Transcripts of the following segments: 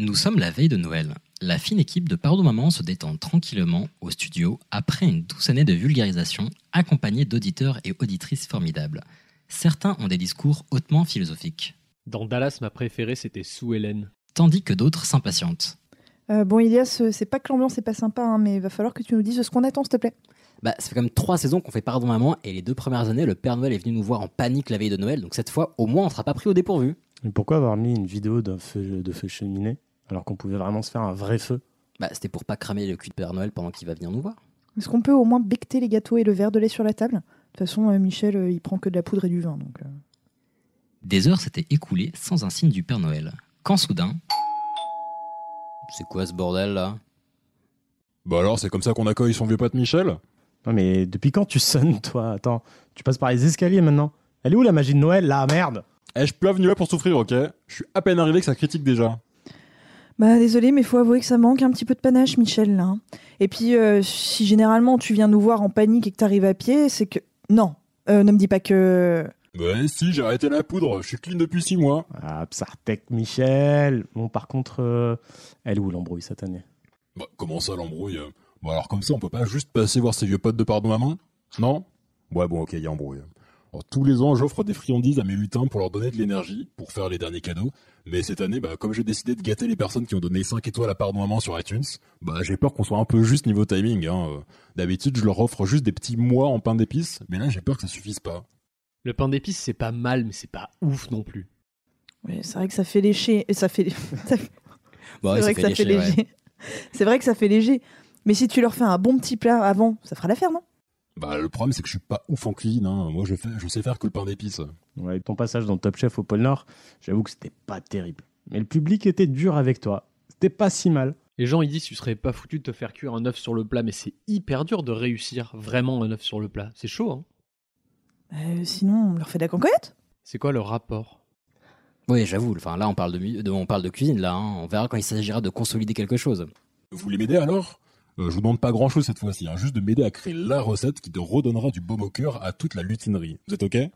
Nous sommes la veille de Noël. La fine équipe de Pardon Maman se détend tranquillement au studio après une douce année de vulgarisation accompagnée d'auditeurs et auditrices formidables. Certains ont des discours hautement philosophiques, Dans Dallas, ma préférée, c'était Sue Ellen. tandis que d'autres s'impatientent. Euh, bon, Ilias, euh, c'est pas que l'ambiance est pas sympa, hein, mais il va falloir que tu nous dises ce qu'on attend, s'il te plaît. Bah, ça fait quand même trois saisons qu'on fait Pardon Maman, et les deux premières années, le Père Noël est venu nous voir en panique la veille de Noël, donc cette fois, au moins, on ne sera pas pris au dépourvu. Mais pourquoi avoir mis une vidéo d'un feu de feu de cheminée alors qu'on pouvait vraiment se faire un vrai feu Bah, c'était pour pas cramer le cul de Père Noël pendant qu'il va venir nous voir. Est-ce qu'on peut au moins becter les gâteaux et le verre de lait sur la table De toute façon, euh, Michel, euh, il prend que de la poudre et du vin, donc. euh. Des heures s'étaient écoulées sans un signe du Père Noël, quand soudain, C'est quoi ce bordel là Bah alors, c'est comme ça qu'on accueille son vieux pote Michel Non mais depuis quand tu sonnes toi Attends, tu passes par les escaliers maintenant. Elle est où la magie de Noël là Merde Eh, je suis pas venu là pour souffrir, ok Je suis à peine arrivé que ça critique déjà. Bah, désolé, mais faut avouer que ça manque un petit peu de panache, Michel, là. hein. Et puis, euh, si généralement tu viens nous voir en panique et que t'arrives à pied, c'est que. Non, euh, ne me dis pas que. Bah si, j'ai arrêté la poudre, je suis clean depuis 6 mois. Ah, Psartek Michel Bon par contre, euh, elle est où l'embrouille cette année Bah comment ça l'embrouille euh Bah alors comme ça, on peut pas juste passer voir ses vieux potes de pardon maman Non Ouais bon ok, il y a embrouille. Alors, tous les ans, j'offre des friandises à mes lutins pour leur donner de l'énergie, pour faire les derniers cadeaux. Mais cette année, bah, comme j'ai décidé de gâter les personnes qui ont donné 5 étoiles à Pardon Maman sur iTunes, bah, j'ai peur qu'on soit un peu juste niveau timing. Hein. Euh, D'habitude, je leur offre juste des petits mois en pain d'épices, mais là, j'ai peur que ça suffise pas. Le pain d'épices, c'est pas mal, mais c'est pas ouf non plus. Ouais, c'est vrai que ça fait lécher. Et ça fait. ça fait- Bah, c'est ouais, vrai que Ah ça fait léger. C'est vrai que ça fait léger. Mais si tu leur fais un bon petit plat avant, ça fera l'affaire, non Bah, le problème, c'est que je suis pas ouf en cuisine. Hein. Moi, je, fais, je sais faire que le pain d'épices. Ouais, ton passage dans Top Chef au pôle Nord, j'avoue que c'était pas terrible. Mais le public était dur avec toi. C'était pas si mal. Les gens, ils disent, tu serais pas foutu de te faire cuire un œuf sur le plat, mais c'est hyper dur de réussir vraiment un œuf sur le plat. C'est chaud, hein Euh, Sinon, on leur fait de la cancoyette C'est quoi le rapport Oui, j'avoue, enfin là on parle de, mu- de- on parle de cuisine là, hein. on verra quand il s'agira de consolider quelque chose. Vous voulez m'aider alors Euh, Je vous demande pas grand chose cette fois-ci, hein, juste de m'aider à créer la recette qui te redonnera du baume au cœur à toute la lutinerie. Vous êtes ok Mais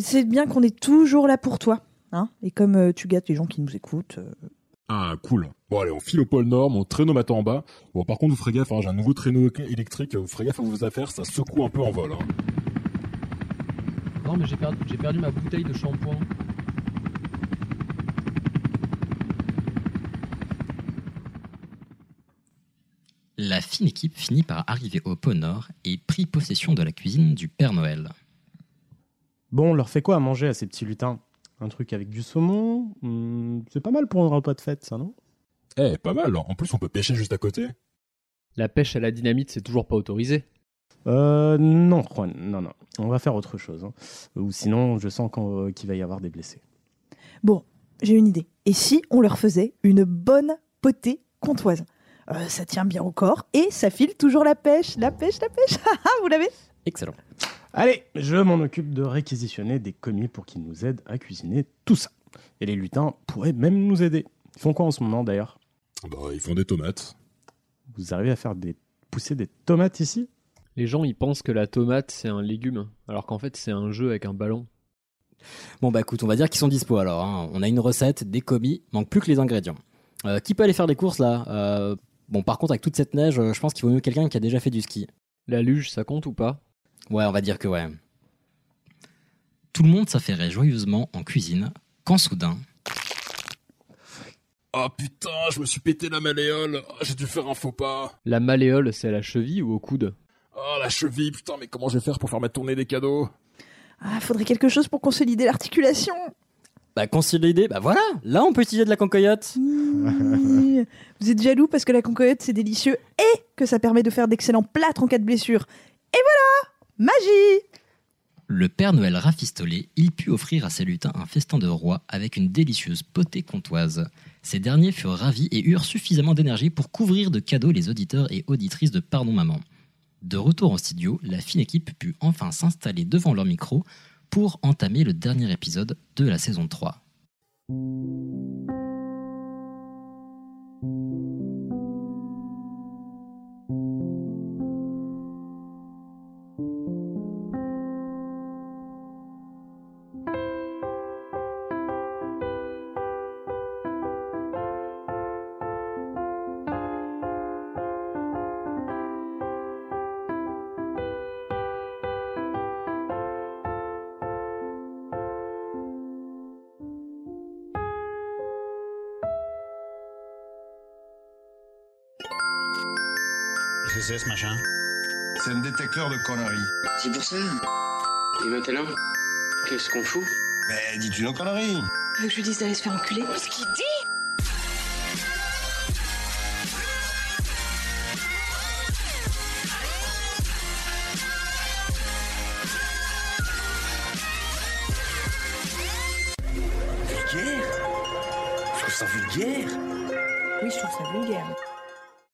c'est bien qu'on est toujours là pour toi. Hein et comme euh, tu gâtes les gens qui nous écoutent. euh, Ah, cool. Bon, allez, on file au pôle Nord, mon traîneau m'attend en bas. Bon, par contre, vous ferez gaffe, hein, j'ai un nouveau traîneau éc- électrique, vous ferez gaffe à vos affaires, ça secoue un peu en vol. hein. Non, mais j'ai perdu, j'ai perdu ma bouteille de shampoing. la fine équipe finit par arriver au Pôle Nord et prit possession de la cuisine du Père Noël. Bon, on leur fait quoi à manger à ces petits lutins Un truc avec du saumon Hmm, C'est pas mal pour un repas de fête, ça, non Eh, pas mal, en plus on peut pêcher juste à côté. La pêche à la dynamite, c'est toujours pas autorisé. Euh, non, Juan, non, non. On va faire autre chose. hein. Ou sinon, je sens qu'en- euh, qu'il va y avoir des blessés. Bon, j'ai une idée. Et si on leur faisait une bonne potée comtoise Euh, Ça tient bien au corps et ça file toujours la pêche, la pêche, la pêche. Ah, ah, Vous l'avez Excellent. Allez, je m'en occupe de réquisitionner des commis pour qu'ils nous aident à cuisiner tout ça. Et les lutins pourraient même nous aider. Ils font quoi en ce moment, d'ailleurs Bah, ils font des tomates. Vous arrivez à faire des... pousser des tomates ici Les gens, ils pensent que la tomate, c'est un légume, alors qu'en fait, c'est un jeu avec un ballon. Bon bah écoute, on va dire qu'ils sont dispo alors. hein. On a une recette, des commis, manque plus que les ingrédients. Euh, qui peut aller faire des courses là Euh, Bon par contre avec toute cette neige, euh, je pense qu'il vaut mieux quelqu'un qui a déjà fait du ski. La luge, ça compte ou pas Ouais, on va dire que ouais. Tout le monde s'affairait joyeusement en cuisine quand soudain, Ah putain, je me suis pété la malléole, Ah, j'ai dû faire un faux pas. La malléole, c'est à la cheville ou au coude Ah, la cheville, putain, mais comment je vais faire pour faire ma tournée des cadeaux Ah, faudrait quelque chose pour consolider l'articulation. Bah consolider, bah voilà, là on peut utiliser de la cancoyote. Mmh. Vous êtes jaloux parce que la concoyette c'est délicieux et que ça permet de faire d'excellents plâtres en cas de blessure. Et voilà Magie le Père Noël rafistolé, il put offrir à ses lutins un festin de roi avec une délicieuse potée comtoise. Ces derniers furent ravis et eurent suffisamment d'énergie pour couvrir de cadeaux les auditeurs et auditrices de Pardon Maman. De retour en studio, la fine équipe put enfin s'installer devant leur micro pour entamer le dernier épisode de la saison 3. que c'est ce machin C'est un détecteur de conneries. C'est pour ça. Et maintenant, qu'est-ce qu'on fout Mais dis-tu nos conneries Tu veux que je lui dise d'aller se faire enculer Ce qu'il dit Vulgaire Je trouve ça vulgaire Oui, je trouve ça vulgaire.